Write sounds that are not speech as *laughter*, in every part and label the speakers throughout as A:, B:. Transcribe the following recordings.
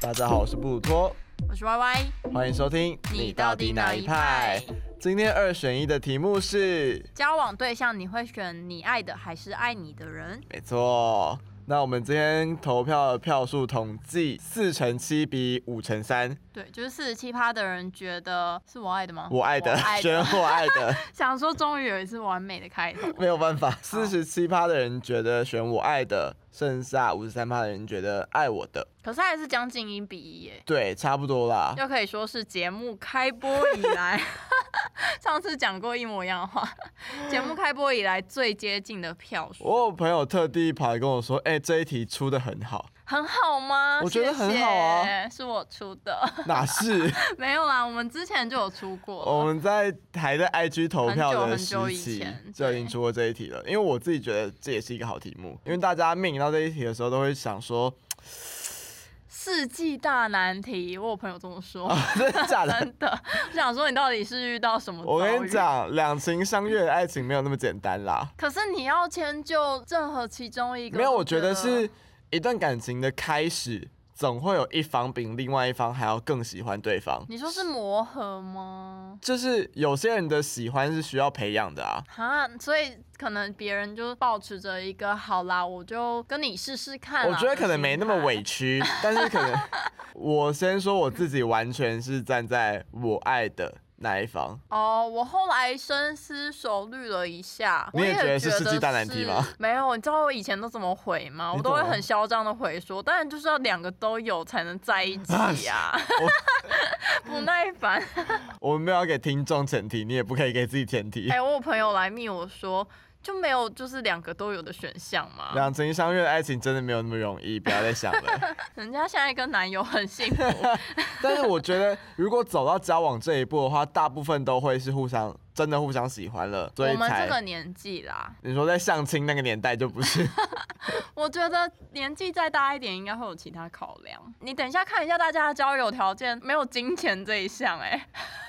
A: 大家好，我是布鲁托，
B: 我是 Y Y，
A: 欢迎收听。？今天二选一的题目是，
B: 交往对象你会选你爱的还是爱你的人？
A: 没错。那我们今天投票的票数统计，四乘七比五乘三，
B: 对，就是四十七趴的人觉得是我爱的吗？
A: 我爱的，选我爱 *laughs* 的，
B: 想说终于有一次完美的开头。
A: 没有办法。四十七趴的人觉得选我爱的，剩下五十三趴的人觉得爱我的，
B: 可是还是将近一比一耶，
A: 对，差不多啦。
B: 又可以说是节目开播以来， *laughs* 上次讲过一模一样的话，节目开播以来最接近的票数，
A: 我有朋友特地跑来跟我说，哎、这一题出的很好，
B: 很好吗？
A: 我觉得
B: 谢谢
A: 很好啊
B: 是我出的，
A: 哪是？
B: 没有啦，我们之前就有出过了，
A: 哦我们在还在 IG 投票的时
B: 很久很久以
A: 期
B: 前
A: 就已经出过这一题了，因为我自己觉得这也是一个好题目，因为大家面临到这一题的时候都会想
B: *laughs*
A: 说，
B: 世纪大难题，我有朋友这么说，
A: 真的假的？
B: *laughs* 真的，我想说你到底是遇到什么？
A: 我跟你，讲，两情相悦的爱情没有那么简单啦，
B: 可是你要迁就任何其中一个，
A: 没有，我觉得是一段感情的开始，总会有一方比另外一方还要更喜欢对方。
B: 你说是磨合吗？
A: 就是有些人的喜欢是需要培养的啊，
B: 啊，所以可能别人就保持着一个好啦，我就跟你试试看啦。
A: 我觉得可能没那么委
B: 屈。
A: 屈，但是可
B: *laughs*
A: 能我先说我自己完全是站在我爱的那一方，
B: 哦，我后来深思熟虑了一下，
A: 你
B: 我
A: 也
B: 也
A: 觉
B: 觉
A: 得
B: 得
A: 是世纪大难题吗
B: *laughs* 是？没有，你知道我以前都怎么回吗？
A: 你怎
B: 我都
A: 么
B: 会很嚣张的回说，当然就是要两个都有才能在一起
A: *laughs*
B: 啊， *laughs* 不耐烦。
A: 我们没有要给听众前提， *laughs* 你也不可以给自己前
B: *laughs*
A: 提
B: 哎、。我有朋友来密我说，就没有就是两个都有的选项吗？
A: 两情相悦的爱情真的没有那么容易，不要再想
B: *laughs*
A: 了。
B: 人家现在跟男友
A: *laughs*
B: 很幸福，
A: 但是我觉得，如果走到交往这一步的话，大部分都会是互相真的互相喜欢了，所
B: 我
A: 以
B: 们这个
A: 才
B: 年纪啦，
A: 你说在相亲那个年代就不是 *laughs*
B: 我觉得年纪再大一点，应该会有其他考量。你等一下看一下大家的交友条件，没有金钱这一项，哎，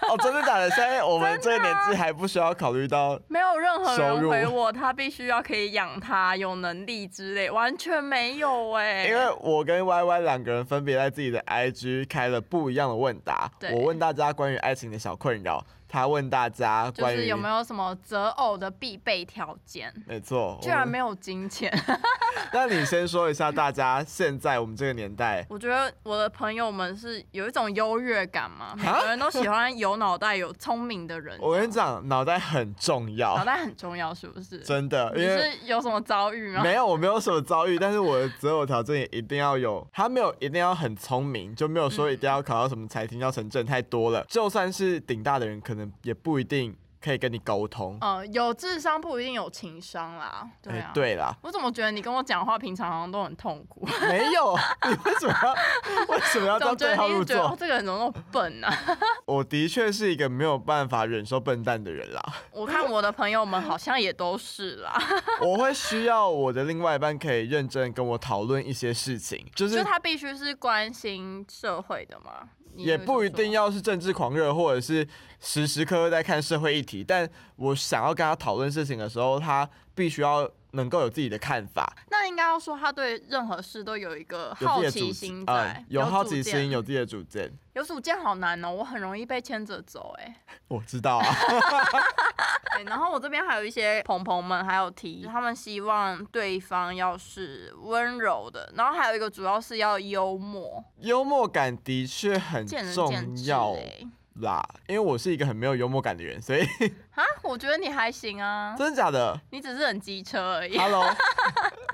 A: 哦，真的假的？现在我们
B: 啊
A: 这个年纪还不需要考虑到
B: 没有任何
A: 收入
B: 人回我，他必须要可以养他，有能力之类，完全没有哎、
A: 因为我跟 Y Y 两个人分别在自己的 IG 开了不一样的问答，
B: 对
A: 我问大家关于爱情的小困扰，他问大家
B: 就
A: 关于
B: 是有没有什么择偶的必备条件？
A: 没错，
B: 居然没
A: 有。
B: 有金钱， *laughs*
A: *laughs* 那你先说一下大家现在我们这个年代，
B: 我觉得我的朋友们是有一种优越感嘛，每
A: 啊
B: 个人都喜欢有脑袋、有聪明的人。
A: 我跟你讲，脑袋很重要
B: 脑，袋很重要，是不是？
A: 真的，
B: 你
A: 因为。
B: 是有什么遭遇吗？
A: 没有，我没有什么遭遇，但是我的择偶条件也一定要有，他没有一定要很聪明，就没有说一定要考到什么才庭教成正太多了，就算是顶大的人，可能也不一定可以跟你沟通。
B: 呃，有智商不一定有情商啦。对啊
A: 哎。对啦，
B: 我怎么觉得你跟我讲话平常好像都很痛苦？
A: *laughs* 没有，你为什么要为什么要这样
B: 总觉
A: 对
B: 得
A: 号
B: 你
A: 入
B: 是觉得哦
A: 座？
B: 这个人怎么那么笨啊？
A: 我的确是一个没有办法忍受笨蛋的人啦，
B: *laughs* 我看我的朋友们好像也都是啦，
A: 我会需要我的另外一半可以认真跟我讨论一些事情， *laughs* 就
B: 就是他必须是关心社会的嘛，你
A: 也不一定
B: 要。
A: 要是政治狂热，或者是时时刻刻在看社会议题，但我想要跟他讨论事情的时候，他必须要能够有自己的看法，
B: 那应该要说他对任何事都有一个
A: 有
B: 好
A: 自己
B: 奇
A: 的主
B: 心
A: 见，
B: 在，
A: 嗯，有好奇
B: 主见
A: 心，有自己的主见，
B: 有主见好难哦，我很容易被牵着走哎、
A: 我知道啊。 *laughs*
B: 对，然后我这边还有一些朋朋们还有提，他们希望对方要是温柔的，然后还有一个主要是要幽默，
A: 幽默感的确很
B: 见仁见
A: 重
B: 智
A: 要
B: 哎、
A: 啦，因为我是一个很没有幽默感的人，
B: *laughs*
A: 所以
B: 啊，我觉得你还行啊，
A: 真的假的
B: 你只是很机车而已。
A: ？Hello，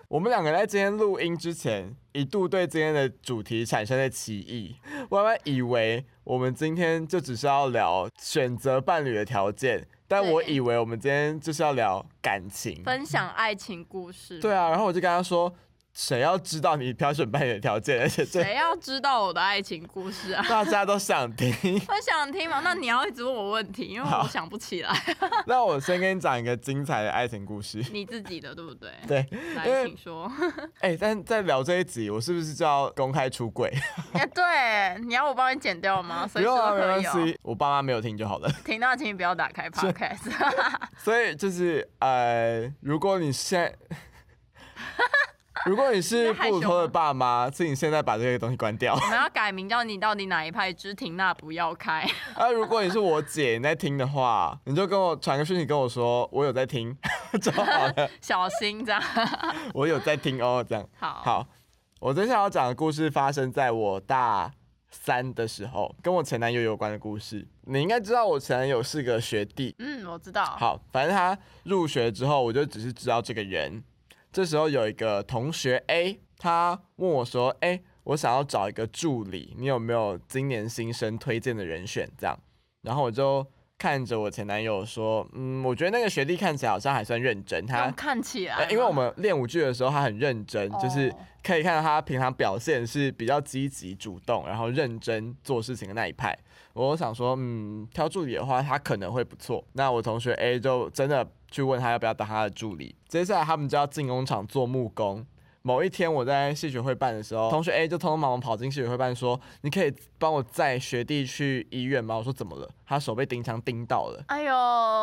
A: 我们两个在今天录音之前，一度对今天的主题产生了歧义。歪歪以为我们今天就只是要聊选择伴侣的条件，但
B: 对
A: 我以为我们今天就是要聊感情。啊
B: 分享爱情故事，
A: 对啊，然后我就跟他说，谁要知道你挑选伴侣的条件？而且这
B: 谁要知道我的爱情故事啊？
A: 大家都想听。 *laughs*
B: 我想听嘛，那你要一直问我问题，因为
A: 好
B: 我想不起
A: *laughs*
B: 来
A: 那我先跟你讲一个精彩的爱情故事。
B: 你自己的，对不对？
A: 对，因
B: 来，
A: 为 *laughs*
B: 请说。
A: 哎、但在聊这一集，我是不是就要公开出轨？
B: 哎，对，你要我帮你剪掉
A: *laughs*
B: 吗？
A: 不
B: 随时
A: 用
B: 都
A: 啊，没
B: 可
A: 关
B: 以哦。
A: 系，我爸妈没有听就好了。
B: 听到请你不要打开 podcast。
A: 所以就是呃，如果你现在， *laughs* 如果你是
B: 在害
A: 布鲁
B: 羞
A: 托的
B: 吗
A: 爸妈，请你现在把这个东西关掉。
B: 我们要改名叫你到底哪一派之停那不要开。
A: 啊，如果你是我姐，你在听的话，你就跟我传个讯息跟我说，我有在听 *laughs* 就好了，
B: 小心这样。
A: 我有在听哦，这样。
B: 好，
A: 好，我接下来要讲的故事发生在我大三的时候，跟我前男友有关的故事。你应该知道我前男友是个学弟，
B: 嗯，我知道。
A: 好，反正他入学之后，我就只是知道这个人。这时候有一个同学 A，他问我说：“哎、我想要找一个助理，你有没有今年新生推荐的人选？”这样，然后我就看着我前男友说：“嗯，我觉得那个学弟看起来好像还算认真，他
B: 用看起啊来吗、
A: 呃因为我们练舞剧的时候，他很认真，就是
B: 哦
A: 可以看到他平常表现是比较积极主动，然后认真做事情的那一派。我想说，嗯，挑助理的话，他可能会不错。那我同学 A 就真的去问他要不要当他的助理。接下来他们就要进工厂做木工。某一天我在戏学会办的时候，同学 A 就匆匆忙忙跑进戏学会办说：“你可以帮我载学弟去医院吗？”我说：“怎么了？”他手被钉枪钉到了。
B: 哎呦，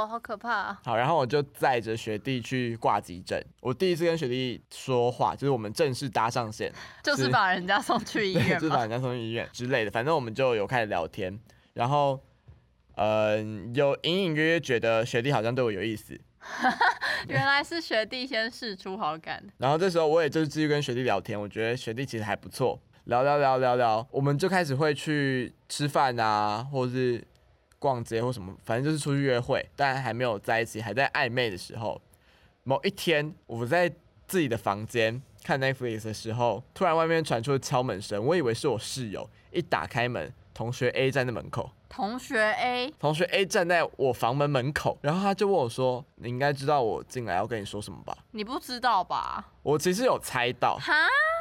B: 好可怕、啊！
A: 好，然后我就载着学弟去挂急诊。我第一次跟学弟说话，就是我们正式搭上线，
B: 就是
A: 是
B: 把人家送去医
A: *laughs* 对，
B: 院
A: 就把
B: 嘛。
A: 人家送去医院之类的。反正我们就有开始聊天，然后，嗯、有隐隐约约觉得学弟好像对我有意思。
B: 原来是学弟先试出好感，
A: 然后这时候我也就是继续跟学弟聊天，我觉得学弟其实还不错，聊聊聊聊聊，我们就开始会去吃饭啊，或是逛街或什么，反正就是出去约会，但还没有在一起，还在暧昧的时候。某一天，我在自己的房间看 Netflix 的时候，突然外面传出敲门声，我以为是我室友，一打开门，同学 A 站在门口。
B: 同学 A
A: 同学 A 站在我房门门口，然后他就问我说：“你应该知道我进来要跟你说什么吧
B: 你不知道吧？？”
A: 我其实有猜到，
B: 哈，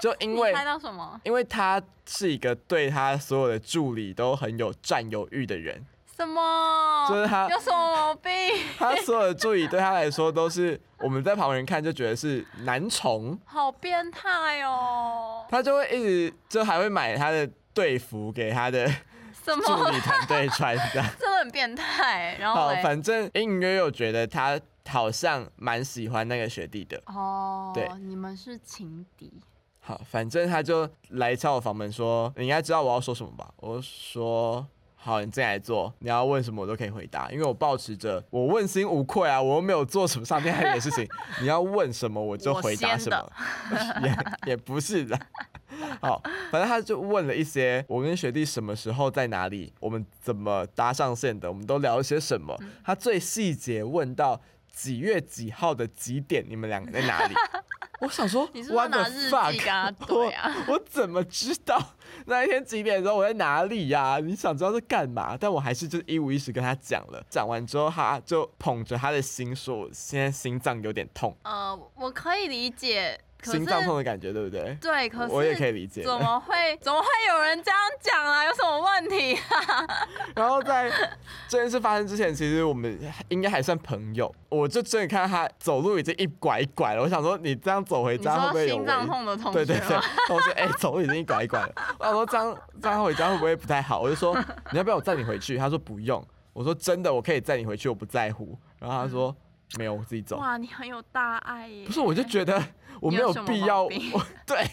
A: 就因
B: 你
A: 为
B: 猜到什么？
A: 因为他是一个对他所有的助理都很有占有欲的人，
B: 什么？
A: 就是他
B: 有什么毛病？
A: 他所有的助理对他来说都是我们在旁人看就觉得是男宠，
B: 好变态哦！
A: 他就会一直就还会买他的队服给他的
B: 什
A: 助
B: 么？
A: 理团队穿这样。
B: 真的很变态。然后
A: 好，
B: 嘞
A: 反正隐隐约约我觉得他好像蛮喜欢那个学弟的。
B: 哦，
A: 对
B: 你们是情敌。
A: 好，反正他就来敲我房门说：“你应该知道我要说什么吧？”我就说：“好，你进来坐，你要问什么我都可以回答，因为我保持着我问心无愧啊，我又没有做什么伤天害理的事情，你要问什么我就
B: 我
A: 回答
B: 先
A: 什么， *laughs* 也也不是 *laughs* 的。”好，反正他就问了一些我跟学弟什么时候在哪里，我们怎么搭上线的，我们都聊了些什么。
B: 嗯
A: 他最细节问到几月几号的几点，你们两个在哪
B: *laughs*
A: 里？我想说，
B: 你是不是
A: what the
B: 拿日记
A: fuck？*laughs*
B: 跟他对啊？
A: 我我怎么知道 *laughs* 那一天几点的时候我在哪里呀、你想知道是干嘛？但我还是就是一五一十跟他讲了。讲完之后，他就捧着他的心说：“我现在心脏有点痛，
B: 呃，我可以理解，可是
A: 心脏痛的感觉，对不对？”
B: 对，可是
A: 我也可以理解。
B: 怎么会怎么会有人这样讲啊？有什么问题？啊
A: 然后在这件事发生之前，其实我们应该还算朋友。我就真的看到他走路已经一拐一拐了，我想 *laughs* 说你这样走回
B: 你
A: 家会不
B: 说
A: 会有
B: 心脏
A: 危
B: 痛的同学
A: 对
B: 吗？
A: 对对，同学哎、走路已经一拐一拐了。我想说这样这样回家会不会不太好？我就说你要不要我载你回去？他说不用。我说真的，我可以载你回去，我不在乎。然后他说、没有，我自己走。
B: 哇，你很有大爱耶！
A: 不是，我就觉得我没
B: 有什么
A: 必
B: 毛
A: 要，我
B: 病
A: 对，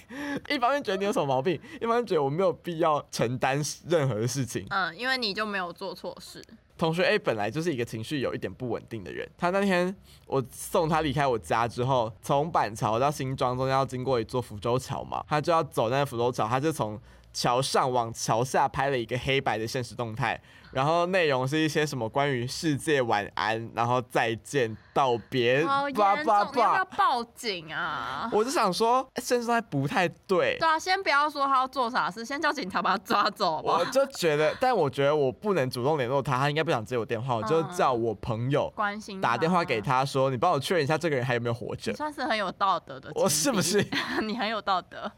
A: 一方面觉得你有什么毛病，一方面觉得我没有必要承担任何事情。
B: 嗯，因为你就没有做错事，
A: 同学 A 本来就是一个情绪有一点不稳定的人，他那天我送他离开我家之后，从板桥到新庄中间要经过一座福州桥嘛，他就要走那个福州桥，他就从桥上往桥下拍了一个黑白的现实动态，然后内容是一些什么关于世界晚安，然后再见道别，
B: 好严
A: 哎叭
B: 重，你
A: 叭叭。
B: 要不要报警啊？
A: 我就想说，现在不太对
B: 对，啊，先不要说他要做傻事，先叫警察把他抓走吧
A: 我。就觉得，但我觉得我不能主动联络他，他应该不想接我电话，我就
B: 嗯
A: 叫我朋友
B: 关心啊
A: 打电话给，他说，你帮我确认一下这个人还有没有活着
B: 嗯你。算是很有道德的情敌。
A: 我是不是？
B: *laughs* 你很有道德，？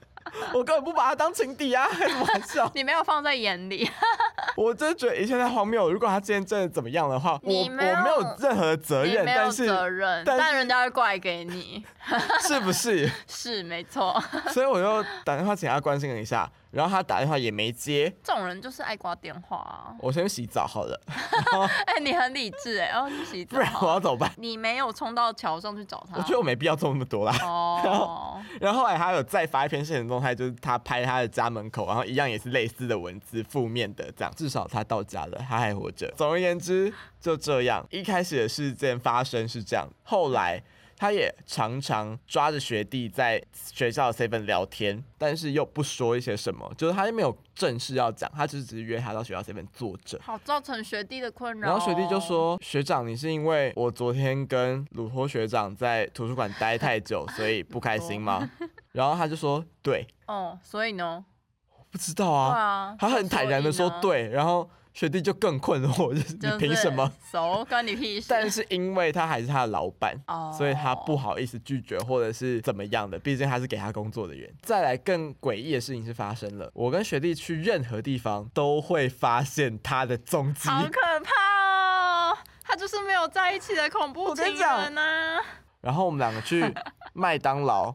A: 我根本不把他当情敌啊， *laughs* 开什么玩笑
B: *laughs* 你没有放在眼里。
A: 我真的觉得一切太荒谬了。如果他今天真的怎么样的话，我
B: 你
A: 我
B: 没有
A: 没有任何责
B: 你
A: 任，
B: 没有
A: 但是
B: 责任，
A: 但
B: 但
A: 是
B: 人家会怪给你，
A: *laughs* 是不是？
B: 是没错。
A: 所以我就打电话请他关心了一下，然后他打电话也没接。
B: 这种人就是爱挂电话、啊。
A: 我先去洗澡好了，
B: 哎、你很理智哎、然后去洗
A: 不
B: 澡
A: 然我要怎么办？
B: 你没有冲到桥上去找他。
A: 我觉得我没必要做那么多啦。
B: 哦，
A: *laughs* 然后后来他有再发一篇现实动态，就是他拍他的家门口，然后一样也是类似的文字，负面的这样。至少他到家了，他还活着。总而言之，就这样。一开始的事件发生是这样，后来他也常常抓着学弟在学校的 seven 聊天，但是又不说一些什么，就是他又没有正式要讲，他只是只是约他到学校 seven 坐着。
B: 好造成学弟的困扰、
A: 然后学弟就，说：“学长，你是因为我昨天跟鲁托学长在图书馆待太久，所以不开心吗？” *laughs* 然后他就说：“对，
B: 哦，所以呢，
A: 不知道
B: 对
A: 啊。
B: 啊，
A: 他很坦然的说
B: 所以：“呢，
A: 对。然后学弟就更困惑，就是
B: 就是
A: 你凭什么？
B: 熟关你屁事？
A: 但是因为他还是他的老板，
B: 哦，
A: 所以他不好意思拒绝或者是怎么样的，毕竟他是给他工作的人。再来更诡异的事情是发生了，我跟学弟去任何地方都会发现他的踪迹。
B: 好可怕哦！他就是没有在一起的恐怖
A: 我跟
B: 情
A: 你讲
B: 人啊呐、
A: 然后我们两个
B: *laughs*
A: 去麦当劳，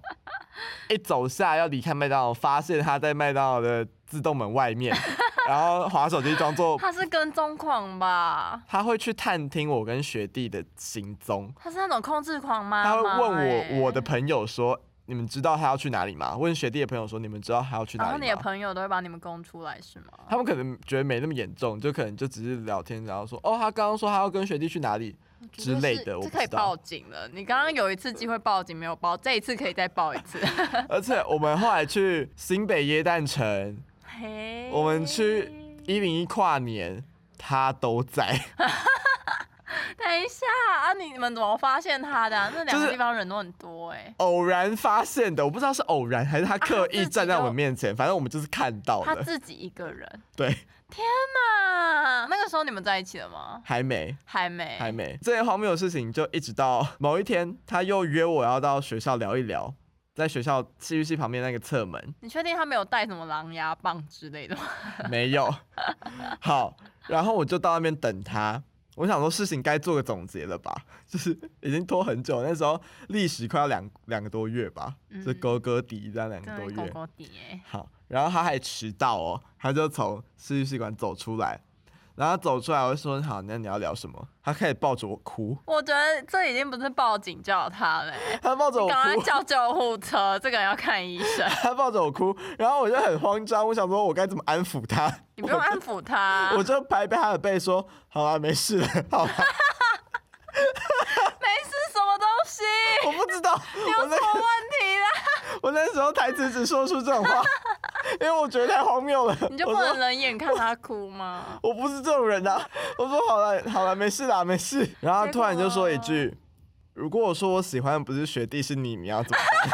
A: 一走下要离开麦当劳，发现他在麦当劳的自动门外
B: *laughs*
A: 面，然后滑手机装作
B: 他是跟踪狂吧？
A: 他会去探听我跟学弟的行踪，
B: 他是那种控制狂吗？
A: 他会问我我的
B: 欸，
A: 朋友说。你们知道他要去哪里吗？问学弟的朋友说：“你们知道他要去
B: 然
A: 哪
B: 后你
A: 里
B: 的
A: 吗
B: 朋友都会把哦你们供出来是吗？？”
A: 他们可能觉得没那么严重，就可能就只是聊天，然后说：“哦，他刚刚说他要跟学弟去哪里。之类的我
B: 哦这
A: 不
B: 可以
A: 知道
B: 报警了。你刚刚有一次机会报警没有报，这一次可以再报一次。”
A: 而且我们后来去新北耶诞城，
B: *laughs* 嘿
A: 我们去一零一跨年，他都在。 *laughs*
B: 等一下啊！你们怎么发现他的啊、那两
A: 就
B: 个
A: 是
B: 地方人都很多哎、
A: 偶然发现的，我不知道是偶然还是他刻意站在我们面前，反正我们就是看到
B: 他
A: 的。
B: 自己一个人。啊
A: 对，
B: 那那个时候你们在一起了吗？
A: 还没，
B: 还没，
A: 还没。这些荒谬的事情就一直到某一天，他又约我要到学校聊一聊，在学校戏剧系旁边那个侧门，
B: 你确定他没有带什么狼牙棒之类的吗？
A: *laughs* 没有。好，然后我就到那边等他。我想说事情该做个总结了吧， *laughs* 就是已经拖很久，那时候历时快要两两个多月吧，
B: 嗯
A: 就勾勾底这样两个
B: 真
A: 多
B: 的
A: 月。
B: 狗狗底哎，
A: 好，然后他还迟到哦，他就从戏剧系馆走出来，然后走出来我就说好，那你要聊什么？他开始抱着我哭，
B: 我觉得这已经不是报警叫他了欸、
A: 他抱着我
B: 赶快
A: 哭，。
B: 叫救护车，这个人要看医生
A: *laughs* 他抱着我哭，然后我就很慌张，我想说我该怎么安抚他？
B: 你不用安抚他，
A: 我就拍拍他的背说好啦，没事了，好啊啦，
B: 没事，什么东西？
A: 我不知
B: *laughs*
A: 道，我
B: 有什
A: 那
B: 么问
A: *laughs*
B: 题啦？
A: 我那时候台词只说出这种
B: *laughs*
A: 话，因为我觉得太荒谬了，
B: 你就
A: 我
B: 不能
A: 说。
B: 冷眼看他哭吗？
A: 我不是这种人啊！ *laughs* 我说好了，好了，没事啦，没事。然后他突然就说一句：“如果我说我喜欢的不是学弟，是你，你要怎么办？”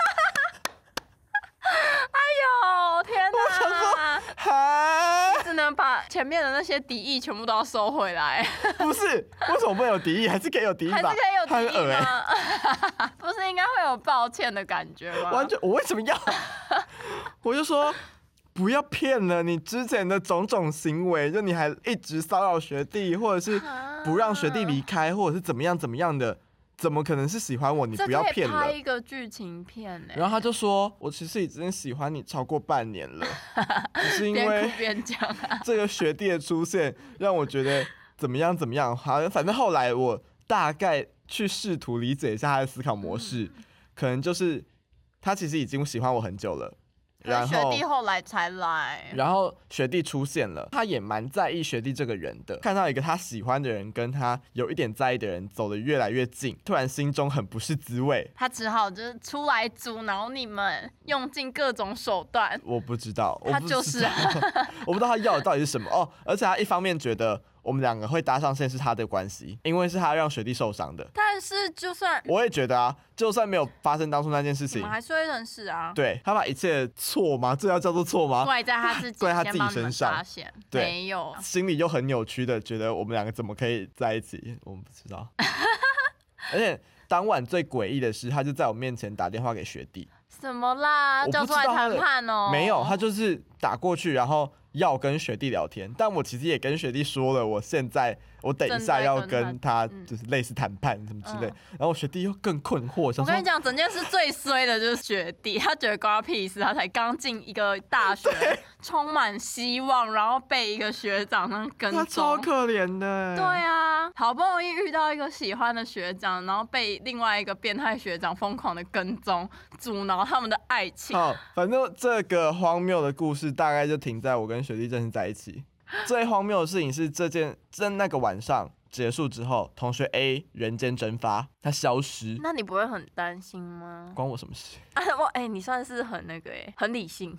B: 哟，哦天哪！
A: 哈，
B: 只能把前面的那些敌意全部都要收回来，
A: 不是，为什么不能有敌意？还是可以有敌意
B: 还是
A: 吧？
B: 可以有敌
A: 他很恶
B: 意
A: 欸
B: 吗？ *laughs* 不是应该会有抱歉的感觉吗？
A: 完全，我为什么
B: *laughs*
A: 要？我就说不要骗了，你之前的种种行为，就你还一直骚扰学弟，或者是不让学弟离开，或者是怎么样怎么样的，怎么可能是喜欢我？你
B: 这
A: 不要
B: 可以
A: 骗了
B: 拍。一个剧情片欸呢、
A: 然后他就说：“我其实已经喜欢你超过半年
B: *laughs*
A: 了，只是因
B: 边
A: 为
B: 哭边讲、
A: *laughs*
B: 啊，
A: 这个学弟的出现让我觉得怎么样怎么样，好像反正后来我大概去试图嗯理解一下他的思考模式，可能就是他其实已经喜欢我很久了，然
B: 学
A: 后
B: 弟后来才来，
A: 然后学弟出现了，他也蛮在意学弟这个人的。看到一个他喜欢的人跟他有一点在意的人走得越来越近，突然心中很不是滋味。
B: 他只好就是出来阻挠你们，用尽各种手段。
A: 我不知道，我
B: 他
A: 不
B: 就
A: 知
B: 是
A: 道 *laughs* 我不知道他要的到底是什么哦。而且他一方面觉得我们两个会搭上线是他的关系，因为是他让学弟受伤的。
B: 但是就算
A: 我也觉得啊，就算没有发生当初那件事
B: 你
A: 情
B: 们，还是会认识啊，
A: 对他把一切错吗？这要叫做错吗？
B: 怪在他
A: *laughs*
B: 自己
A: 怪他
B: 先
A: 自己
B: 帮你
A: 身
B: 们
A: 上
B: 发现，
A: 对
B: 没有。
A: 心里又很扭曲的，觉得我们两个怎么可以在一起？我们不知
B: *laughs*
A: 道。而且当晚最诡异的是，他就在我面前打电话给学弟，
B: 什么啦？
A: 我不
B: 叫出来
A: 知道他的
B: 谈判哦、
A: 没有，他就是打过去，然后要跟学弟聊天。但我其实也跟学弟说了，我现在我等一
B: 正
A: 下
B: 在
A: 要
B: 跟
A: 跟他
B: 嗯
A: 就是类似谈判什么之类
B: 嗯，
A: 然后学弟又更困惑，想说
B: 我跟你讲，整件事最衰的就是学弟，他觉得关他屁事，他才刚进一个大学，充满希望，然后被一个学长那样跟
A: 他超
B: 踪。
A: 可怜的，
B: 对，啊，好不容易遇到一个喜欢的学长，然后被另外一个变态学长疯狂的跟踪，阻挠他们的爱情。
A: 好，反正这个荒谬的故事大概就停在我跟学弟正式在一
B: *gasps*
A: 起。最荒谬的事情是这件在那个晚上结束之后，同学 A 人间蒸发，他消失，
B: 那你不会很担心吗？
A: 关我什么事？
B: 啊， *laughs* 我哎、你算是很那个哎、很理性，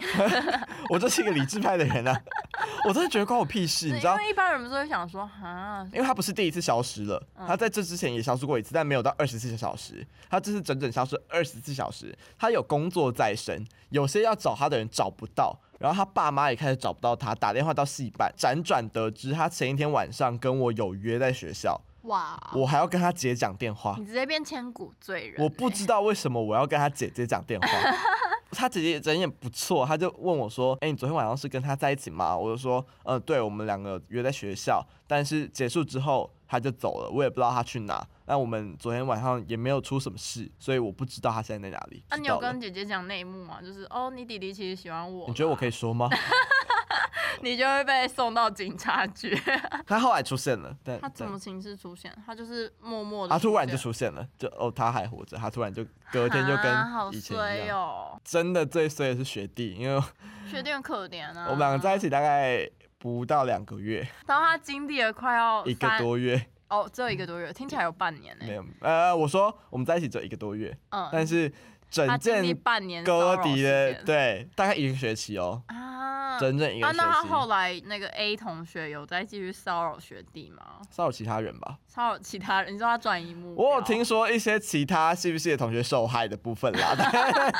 A: 我就是一个理智派的人啊， *laughs* 我真的觉得关我屁事，你知
B: 因
A: 道？
B: 为一般人不是会想说，哈，
A: 因为他不是第一次消失了，他在这之前也消失过一次，但没有到二十四小时。他这是整整消失二十四小时。他有工作在身，有些要找他的人找不到，然后他爸妈也开始找不到他，打电话到戏班，辗转得知他前一天晚上跟我有约在学校，
B: 哇，
A: 我还要跟他姐讲电话
B: 你。直接变千古罪人、欸
A: 我不知道为什么我要跟他姐姐讲电话。
B: *laughs*
A: 他姐姐人也不错，他就问我说：“哎、你昨天晚上是跟他在一起吗？”我就说：“嗯、对，我们两个约在学校，但是结束之后他就走了，我也不知道他去哪。那我们昨天晚上也没有出什么事，所以我不知道他现在在哪里。知
B: 那、哎啊你有
A: 道了
B: 跟姐姐讲内幕吗？就是哦，你弟弟其实喜欢我，
A: 你觉得我可以说吗？
B: *laughs*
A: *laughs*
B: 你就会被送到警察
A: *laughs*
B: 局。
A: 他后来出现了，但
B: 他怎
A: 但
B: 么情势出现？他就是默默的，
A: 他突然就出现了，就哦，他还活着，他突然就隔天就
B: 啊好
A: 跟以前一
B: 衰
A: 样。
B: 哦，啊
A: 真的最衰的是学弟，因为
B: 学弟很可怜啊。
A: 我们两个在一，起大概不到两个月，
B: 然后他经历了快要
A: 一个
B: 三哎
A: 多月。
B: 哦，只有一个多月，听起来有半年呢、
A: 没有，呃，我说我们在一起只有一个多月，
B: 嗯，
A: 但是整
B: 他经历
A: 件
B: 半年
A: 哥
B: 骚扰
A: 迪
B: 事
A: 的
B: 件
A: 对，大概一个学期哦，
B: 啊。
A: 整整一
B: 啊
A: 个，学
B: 那他
A: 期。
B: 后来那个 A 同学有再继续骚扰学弟吗？
A: 骚扰其他人吧，
B: 骚扰其他人？你说他转移目标？
A: 我有听说一些其他系不系的同学受害的部分
B: *laughs*
A: 啦， *laughs* 但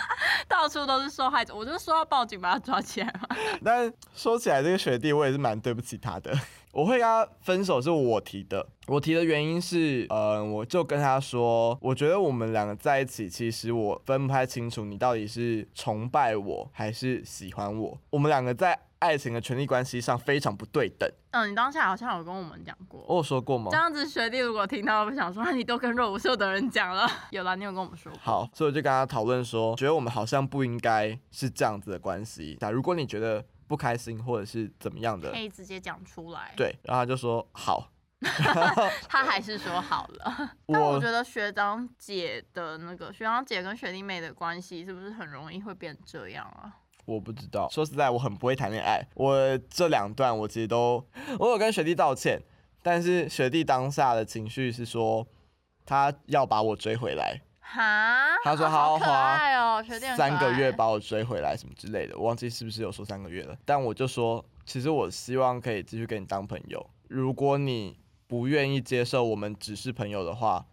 B: 到处都是受害者，我就说要报警把他抓起来
A: *laughs*
B: 嘛。
A: 但说起来这个学弟我也是蛮对不起他的， *laughs* 我会跟他分手是我提的，我提的原因是，呃，我就跟他说，我觉得我们两个在一起，其实我分不太清楚你到底是崇拜我还是喜欢我，我们两个在爱情的权利关系上非常不对等。
B: 嗯，你当下好像有跟我们讲过。
A: 我有哦说过吗
B: 这？样子，学弟如果听到，会想说、啊、你都跟若无秀的人讲了。有啦，你有跟我们说过。
A: 好，所以我就跟他讨论说，觉得我们好像不应该是这样子的关系。那如果你觉得不开心或者是怎么样的
B: 可，以直接讲出来。，
A: 对，然后他就说好。
B: 他还是说好了。但我
A: 我
B: 觉得学长姐的那个学长姐跟学弟妹的关系，是不是很容易会变这样啊？
A: 我不知道，说实在，我很不会谈恋爱。我这两段我其实都，我有跟学弟道歉，但是学弟当下的情绪是说，他要把我追回来，
B: 哈，
A: 他说他要
B: 好
A: 花
B: 可爱哦，学弟很可爱
A: 三个月。把我追回来什么之类的，我忘记是不是有说三个月了。但我就说，其实我希望可以继续跟你当朋友。如果你不愿意接受我们只是朋友的话，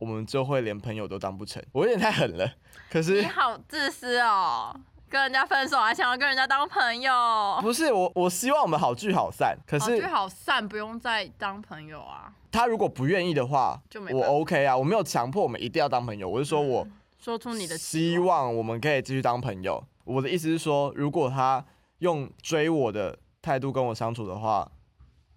A: 我们就会连朋友都当不成。我有点太狠了，可是
B: 你好自私哦，跟人家分手还想要跟人家当朋友。
A: 不是我，我希望我们好聚好散。可
B: 好
A: 是
B: 聚哦好散，不用再当朋友啊。
A: 他如果不愿意的话
B: 就没，办
A: 我
B: 法
A: OK 啊，我没有强迫我们一定要当朋友，我是说我
B: 说出你的期
A: 希望我们可以继续当朋友。我的意思是说，如果他用追我的态度跟我相处的话，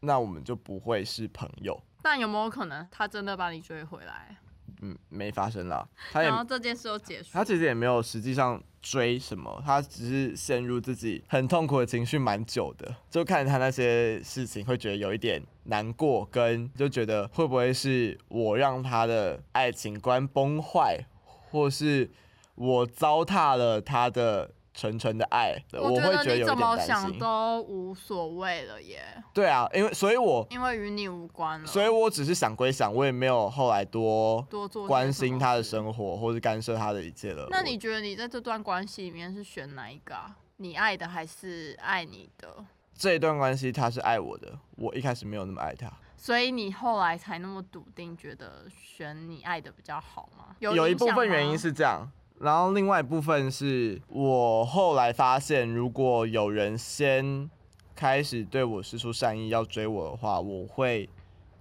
A: 那我们就不会是朋友。
B: 但有没有可能他真的把你追回来，
A: 嗯，没发生啦。他也
B: 然后这件事就结束
A: 他？其实也没有实际上追什么，他只是陷入自己很痛苦的情绪蛮久的，就看他那些事情会觉得有一点难过，跟就觉得会不会是我让他的爱情观崩坏，或是我糟蹋了他的纯纯的爱，我会
B: 觉
A: 觉得
B: 你
A: 有
B: 怎
A: 点
B: 么
A: 担
B: 想
A: 心。
B: 都无所谓了耶，
A: 对啊，因为所以我
B: 因为与你无关了。
A: 所以我只是想归想，我也没有后来多
B: 嗯多做些
A: 关
B: 什
A: 心
B: 么
A: 他的
B: 事
A: 生活，或是干涉他的一切了。
B: 那
A: 我
B: 你觉得你在这段关系里面是选哪一个啊？你爱的还是爱你的？
A: 这一段关系他是爱我的，我一开始没有那么爱他，
B: 所以你后来才那么笃定，觉得选你爱的比较好吗？有
A: 有一
B: 影
A: 部
B: 响
A: 分原
B: 吗
A: 因是这样，然后另外一部分是我后来发现，如果有人先开始对我施出善意要追我的话，我会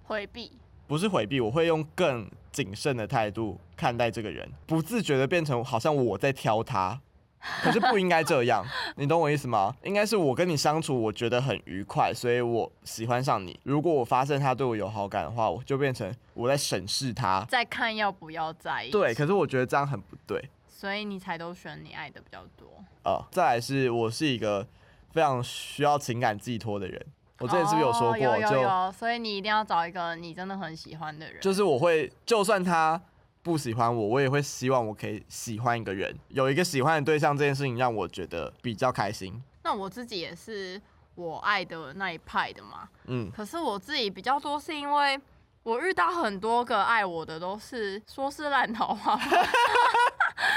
B: 回避。
A: 不是回避，我会用更谨慎的态度看待这个人，不自觉的变成好像我在挑他，
B: *laughs*
A: 可是不应该这样，你懂我意思吗？应该是我跟你相处，我觉得很愉快，所以我喜欢上你。如果我发现他对我有好感的话，我就变成我在审视他。
B: 再看要不要在一起。
A: 对，可是我觉得这样很不对
B: 所以你才都选你爱的比较多。
A: 啊、呃再来是我是一个非常需要情感寄托的人，我之前是不是有说
B: 哦
A: 过？
B: 有有
A: 就
B: 有，所以你一定要找一个你真的很喜欢的人。
A: 就是我会，就算他不喜欢我，我也会希望我可以喜欢一个人，有一个喜欢的对象，这件事情让我觉得比较开心。
B: 那我自己也是我爱的那一派的嘛。 *laughs*
A: 嗯，
B: 可是我自己比较多是因为我遇到很多个爱我的都是说是烂桃花吧，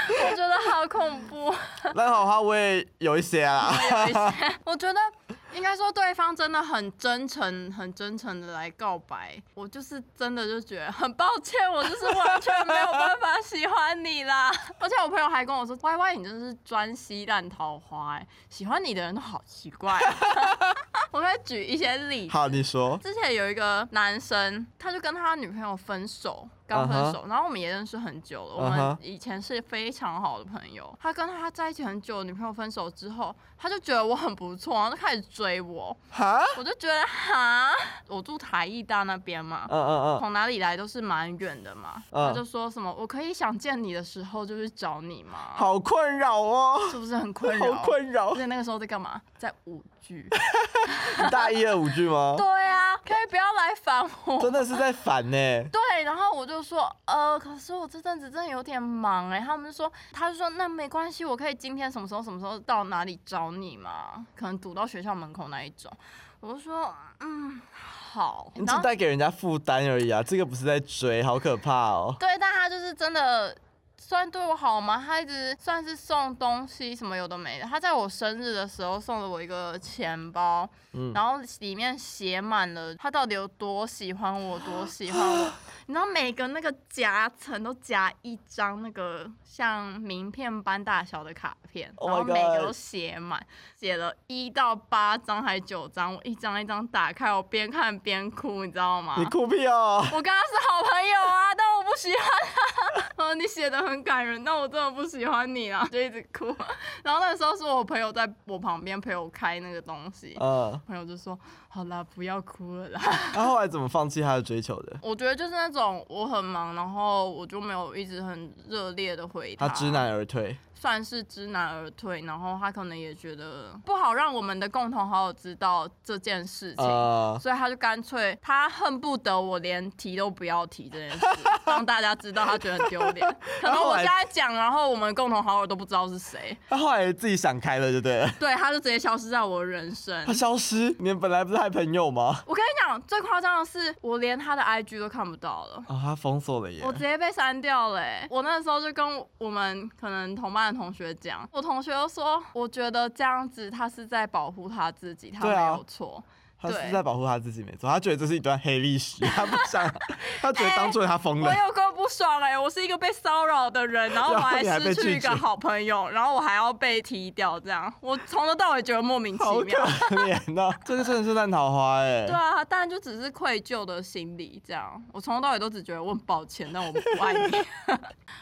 B: 我觉得好恐怖。
A: 烂好花我也有一些啊，
B: 我觉得应该说对方真的很真诚、很真诚的来告白，我就是真的就觉得很抱歉，我就是完全没有办法喜欢你啦。而且我朋友还跟我说，Y Y 你真的是专吸烂桃花、欸，喜欢你的人都好奇怪、啊我可以举一些例子。
A: 好，你说，
B: 之前有一个男生，他就跟他女朋友分手，刚分
A: 啊
B: 手然后我们也认识很久了
A: 嗯
B: 我们
A: 哼
B: 以前是非常好的朋友。他跟他在一起很久，女朋友分手之后，他就觉得我很不错，然后就开始追我，
A: 哈，
B: 我就觉得哈，我住台艺大那边嘛。
A: 嗯嗯嗯，
B: 从哪里来都是蛮远的嘛，
A: 嗯
B: 他就说什么我可以想见你的时候就去找你嘛，
A: 好困扰哦，
B: 是不是很困
A: *laughs*
B: 扰？
A: 好困扰
B: 而，且那个时候在干嘛？在舞剧。
A: 你大一的五句吗？
B: 对啊，可以不要来烦我。
A: 真的是在烦呢、
B: *laughs* 对，然后我就说，呃，可是我这阵子真的有点忙哎、他们就说，他就说那没关系，我可以今天什么时候什么时候到哪里找你嘛，可能堵到学校门口那一种。我就说，嗯，好。
A: 你只
B: 然后
A: 带给人家负担而已啊，这个不是在追，好可怕哦。
B: 对，但他就是真的。虽然对我好嘛，他一直算是送东西什么有的没的。他在我生日的时候送了我一个钱包，
A: 嗯
B: 然后里面写满了他到底有多喜欢我，多喜
A: *laughs*
B: 欢我。你知道每个那个夹层都夹一张那个像名片般大小的卡片
A: Oh
B: 然
A: my
B: 后每个
A: God
B: 都写满，写了一到八张还九张，我一张一张打开，我边看边哭，你知道吗？
A: 你酷屁哦，
B: *laughs* 我跟他是好朋友啊，但我不喜欢他。 *laughs* 嗯，你写的很感人，但我真的不喜欢你啦，就一直哭。然后那时候是我朋友在我旁边陪我开那个东西，
A: 嗯，
B: 朋友就说：“好啦，不要哭了啦。
A: 他、后来怎么放弃他的追求的”？
B: 我觉得就是那种我很忙，然后我就没有一直很热烈的回
A: 他知难而退。
B: 算是知难而退，然后他可能也觉得不好让我们的共同好友知道这件事情。
A: 呃，
B: 所以他就干脆，他恨不得我连提都不要提这件事，让大家知道他觉得很丢
A: *laughs*
B: 脸。可能我现在讲，然后我们共同好友都不知道是谁，
A: *laughs* 他后来自己想开了，就对了。 *laughs*
B: 对，他就直接消失在我的人生
A: 他。消失，你们本来不是还朋友吗？
B: 我跟你讲，最夸张的是，我连他的 IG 都看不到了。
A: 啊、他封锁了耶
B: 我直接被删掉了、欸。我那时候就跟我们可能同班的同学讲，我同学就说，我觉得这样子他是在保护他自己，他
A: 对
B: 没
A: 啊
B: 有错。
A: 他是
B: 对
A: 在保护他自己，没错。他觉得这是一段黑历
B: *laughs*
A: 史，他不想，他觉得当初他疯了。
B: 我有够不爽哎、我是一个被骚扰的人，然后我
A: 然后
B: 还
A: 你还被
B: 失去一
A: 拒绝
B: 个好朋友，然后我还要被踢掉，这样我从头到尾觉得莫名其
A: 好可
B: 妙。 *laughs*
A: 怜呐、这个真的是烂桃花哎、
B: 对啊，当然就只是愧疚的心理，这样我从头到尾都只觉得我很抱歉，但我不
A: *laughs*
B: 爱你。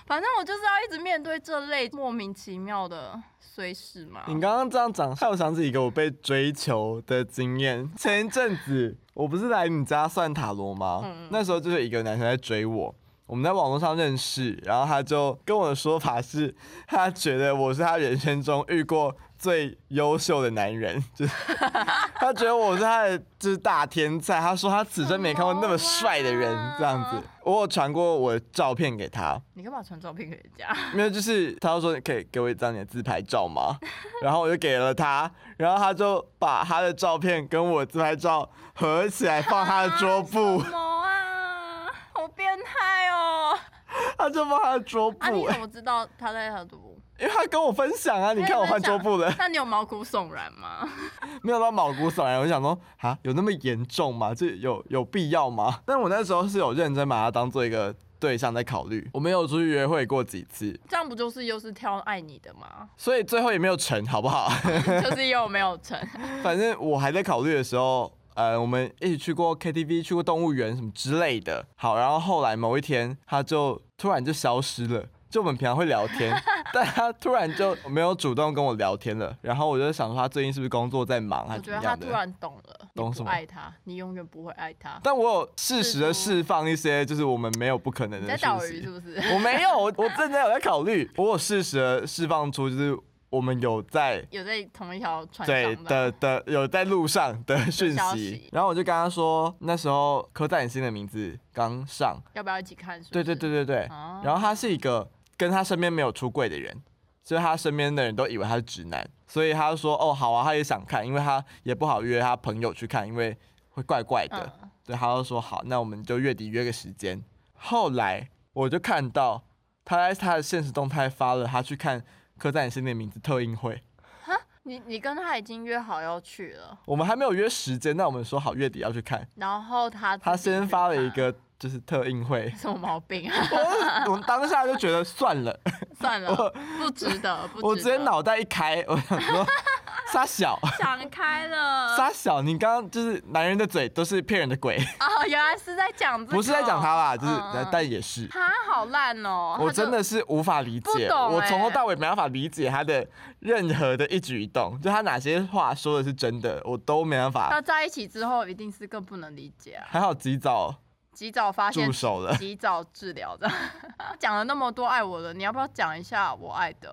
B: 反正我就是要一直面对这类莫名其妙的碎事嘛。
A: 你刚刚这样讲，害我想起一个我被追求的经验。前一阵子我不是来你家算塔罗吗？那时候就是一个男生在追我，我们在网络上认识，然后他就跟我的说法是，他觉得我是他人生中遇过最优秀的男人， *laughs* 就是他觉得我是他的就是大天才。他说他此生没看过那么帅的人这样
B: 什么
A: 子
B: 啊。
A: 我有传过我的照片给他，
B: 你干嘛传照片给人家？
A: 没有，就是他就说可以给我一张你的自拍照吗？然后我就给了他，然后他就把他的照片跟我自拍照合起来放他的桌布
B: *laughs* 什，么啊？好变态哦！
A: 他就放他的桌
B: 啊，
A: 布、欸
B: 你怎么知道他在他的桌布？
A: 因为他跟我分享啊，你看我换桌布了，
B: 那你有毛骨悚然吗？
A: *laughs* 没有到毛骨悚然。我想说，啊，有那么严重吗？这有有必要吗？但我那时候是有认真把他当做一个对象在考虑，我们有出去约会过几次，？
B: 这样不就是又是挑爱你的吗
A: *laughs* 所以最后也没有成，好不好？
B: 就是又没有成，
A: 反正我还在考虑的时候，呃，我们一起去过 KTV，去过动物园什么之类的。好，然后后来某一天，他就突然就消失了。就我们平常会聊
B: *laughs*
A: 天，但他突然就没有主动跟我聊天了。然后我就想说，他最近是不是工作在忙，还
B: 我
A: 是
B: 觉
A: 怎么
B: 得他
A: 样
B: 突
A: 的？
B: 然懂了，
A: 懂
B: 你
A: 什
B: 不
A: 么
B: 爱他，你永远不会爱他。
A: 但我有适时的
B: 试图
A: 释放一些，就是我们没有不可能
B: 你
A: 的
B: 在
A: 事
B: 钓鱼
A: 情
B: 是。不是？ *laughs*
A: 我没有，我我正在有在考虑，我有适时的释放出，就是我们有在
B: 有在同一条船
A: 对
B: 上
A: 的的有在路上的讯
B: 消息
A: 息，然后我就跟他说，那时候刻在你心的名字刚上，
B: 要不要一起看书？
A: 对对对对对，
B: 哦
A: 然后他是一个跟他身边没有出柜的人，所以他身边的人都以为他是直男，所以他就说哦好啊，他也想看，因为他也不好约他朋友去看，因为会怪怪的，
B: 嗯
A: 对，他就说好，那我们就月底约个时间。后来我就看到他在他的现实动态发了他去看刻在你心的名字特映会。
B: 你你跟他已经约好要去了，
A: 我们还没有约时间，那我们说好月底要去看。
B: 然后他
A: 他
B: 自己
A: 先
B: 去
A: 发了一
B: 看，
A: 个就是特映会 *laughs*
B: *laughs* 什么毛病啊？
A: 我我当下就觉得
B: *laughs*
A: 算了，
B: 算了，不
A: *laughs*
B: 值得，不值得。
A: 我直接脑袋一开，我想说傻小
B: *laughs* 想开了。
A: 傻小，你刚刚就是男人的嘴都是骗人的鬼，
B: 哦，原来是在讲这个，
A: 不是在讲他啦，就是
B: 嗯嗯
A: 但也是。
B: 他好烂哦，
A: 我
B: 他就
A: 真的是无法理
B: 不
A: 解，
B: 懂
A: 我从头
B: 欸
A: 到尾没办法理解他的任何的一举一动，就他哪些话说的是真的，我都没办法。
B: 他在一起之后一定是更不能理解啊，
A: 还好及早
B: 及早发现
A: 住，手了。 *laughs*
B: 及早治疗的。 *laughs* 讲了那么多爱我的，你要不要讲一下我爱的？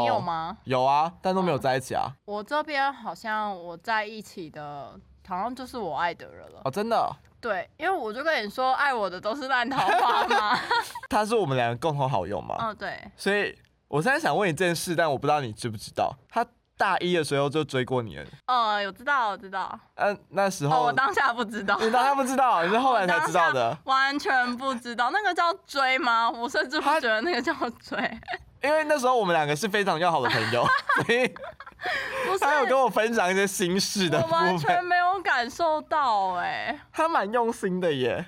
B: 你有
A: 哦
B: 吗？
A: 有啊，但都没有在一起啊。
B: 我这边好像我在一起的，好像就是我爱的人了。
A: 哦，真的哦、
B: 对，因为我就跟你说，爱我的都是烂桃花
A: *laughs*
B: 嘛。
A: 他是我们两个共同好友嘛，
B: 嗯，对，
A: 所以我现在想问一件事，但我不知道你知不知道，他大一的时候就追过你了，
B: 呃，有知道，我知道。
A: 嗯、那时
B: 哦，
A: 候、
B: 我当下不知道，
A: 你当他不知
B: *laughs*
A: 道，你是后来才知道的，
B: 完全不知道，那个叫追吗？我甚至不
A: 他
B: 觉得那个叫追，
A: 因为那时候我们两个是非常要好的朋
B: *laughs*
A: 友，所以
B: 不是。
A: 他有跟我分享一些心事的
B: 我
A: 部
B: 完
A: 分
B: 全，没有感受到哎、
A: 他蛮用心的耶。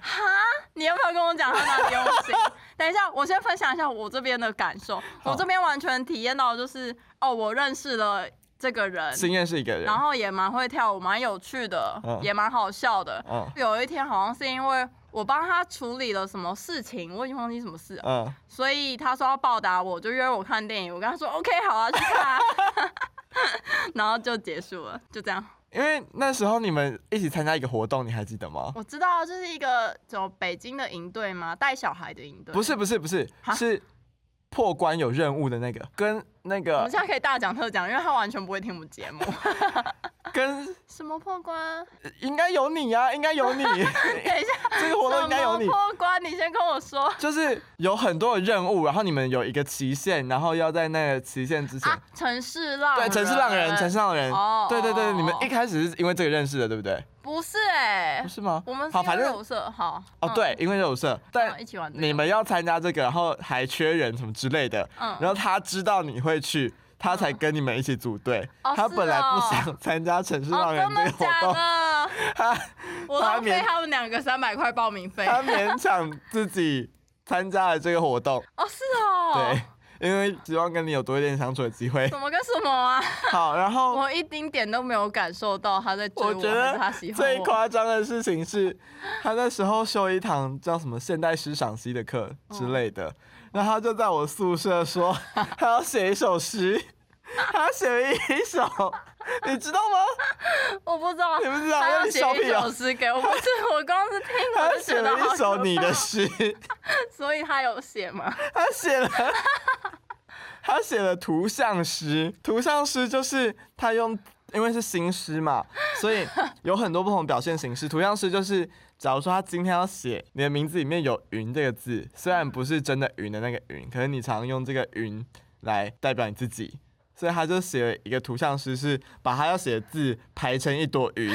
B: 你要不要跟我讲他哪里用心？等一下，我先分享一下我这边的感受。
A: 好
B: 我这边完全体验到的就是，哦，我认识了这个人，
A: 新认识一个人
B: 然，后也蛮会跳舞，蛮有趣的，
A: 嗯
B: 也蛮好笑的。
A: 嗯
B: 有一天好像是因为我帮他处理了什么事情，我已经忘记什么事了，
A: 嗯，
B: 所以他说要报答我，就约我看电影。我跟他说 OK，好啊，去看、啊。 *laughs* 然后就结束了，就这样。
A: 因为那时候你们一起参加一个活动，你还记得吗？
B: 我知道，这是一个走北京的营队吗？带小孩的营队？
A: 不是，不是不是
B: 哈，
A: 是破关有任务的那个，跟那
B: 我
A: 个
B: 们现在可以大讲特讲，因为他完全不会听我们节目。
A: 跟
B: *laughs* 什么
A: *laughs*
B: 破关？
A: 应该有你啊，应该有
B: *laughs*
A: 你。
B: 等一下， *laughs*
A: 这个活动应该有你
B: 什么破关？你先跟我说。
A: 就是有很多的任务，然后你们有一个期限，然后要在那个期限之前，
B: 啊，城市浪
A: 对，城市浪人，城市浪人，
B: 哦
A: 对对
B: 哦
A: 对，
B: 哦
A: 你们一开始是因为这个认识的，对不对？
B: 不是哎、
A: 不是吗？
B: 我们是
A: 好，
B: 因
A: 反
B: 为
A: 正
B: 有色好
A: 哦，
B: 嗯
A: 对，因为有社，
B: 嗯
A: 但
B: 一起玩这个
A: 你们要参加这个，然后还缺人什么之类的，
B: 嗯
A: 然后他知道你会去。他才跟你们一起组队，
B: 哦
A: 他
B: 是
A: 本来不
B: 哦
A: 想参加城市
B: 哦，
A: 浪人
B: 真
A: 这
B: 的
A: 个活
B: 假
A: 动， *laughs*
B: 的？
A: 他
B: 我
A: 他
B: 浪费
A: 勉
B: 他们两个三百块报名费。
A: 他勉强自己参加了这个活动，
B: 哦，是哦，
A: 对，，因为希望跟你有多一点相处的机
B: *laughs*
A: 会。
B: 什么跟什么啊？
A: 好，然后
B: 我一丁点都没有感受到他在追
A: 哦我
B: 我，
A: 觉
B: 还
A: 得
B: 是他喜欢
A: 最
B: 我。
A: 夸张的事情是，他那时候修一堂叫什么现代诗赏析的课之类的，
B: 嗯
A: 然后他就在
B: *laughs* *laughs*
A: 我宿舍说他要写一首诗，他写了一首，你知道吗？
B: 我不知道，
A: 你不知道
B: 他
A: 那
B: 要
A: 你
B: 写
A: 笑
B: 一
A: 屁啊 *laughs*
B: 首诗给我，不是我光是听我
A: 他
B: 就
A: 写
B: 觉得
A: 了
B: 好
A: 一首
B: 可
A: 你
B: 怕
A: 的，诗，
B: 所以他有写吗？ *laughs*
A: 他写了， *laughs* 他写了图像诗。图像诗就是他用，因为是新诗嘛，所以有很多不同表现形式。图像诗就是，假如说他今天要写你的名字里面有“云”这个字，虽然不是真的云的那个云，可是你常用这个“云”来代表你自己。所以他就写了一个图像诗，是把他要写的字排成一朵
B: *laughs*
A: 云。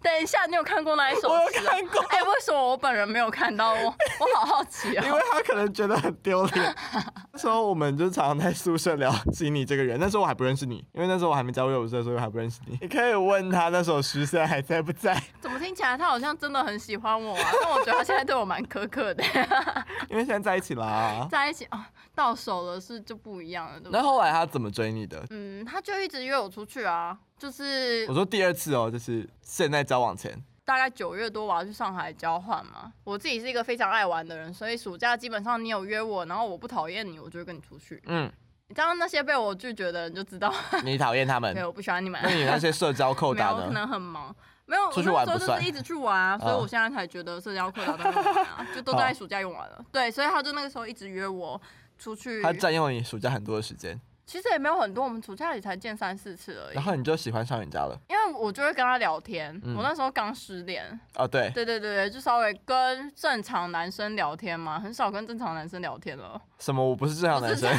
B: 等一下，你有看过那一首
A: 我有
B: 诗啊？
A: 看过，
B: 哎、为什么我本人没有看到？我 *laughs* 我好好奇
A: 因
B: 哦。
A: 为他可能觉得很丢脸。 *laughs* 那时候我们就常常在宿舍聊起你这个人，那时候我还不认识你，因为那时候我还没加入乐舞社，所以我还不认识你。你可以问他那首诗现在还在不在，
B: 怎么听起来他好像真的很喜欢我啊？但我觉得他现在对我蛮苛刻的。 *laughs*
A: 因为现在在一起啦。
B: 在一起哦，到手了是就不一样了，对不
A: 那
B: 对？
A: 后来他怎么追你的？
B: 嗯，他就一直约我出去啊，就是
A: 我说第二次哦，就是现在交往前，
B: 大概九月多我要去上海交换嘛。我自己是一个非常爱玩的人，所以暑假基本上你有约我，然后我不讨厌你，我就会跟你出去。
A: 嗯，
B: 这样那些被我拒绝的人就
A: *laughs*
B: 知道，
A: 你讨厌他们
B: 对，，我不喜欢你们。
A: 那你那些社交扣
B: 没
A: 打
B: 有，我可
A: 呢？
B: 能很忙。没有，
A: 出去玩
B: 我那时
A: 不
B: 候
A: 算
B: 就是一直去
A: *laughs*
B: 玩啊，所以
A: 啊
B: 我现在才觉得社交课打到玩啊，就都在暑假用完了。对，所以他就那个时候一直约我出去，
A: 他占用你暑假很多的时间，
B: 其实也没有很多，我们暑假也才见三四次而已
A: 然。后你就喜欢上人家了。
B: 因为我就会跟他聊天，
A: 嗯
B: 我那时候刚失恋，
A: 哦，对，
B: 对对对对，就稍微跟正常男生聊天嘛，很少跟正常男生聊天了。 *laughs*
A: 什么？我不是正常
B: 不
A: 男
B: 是
A: 生，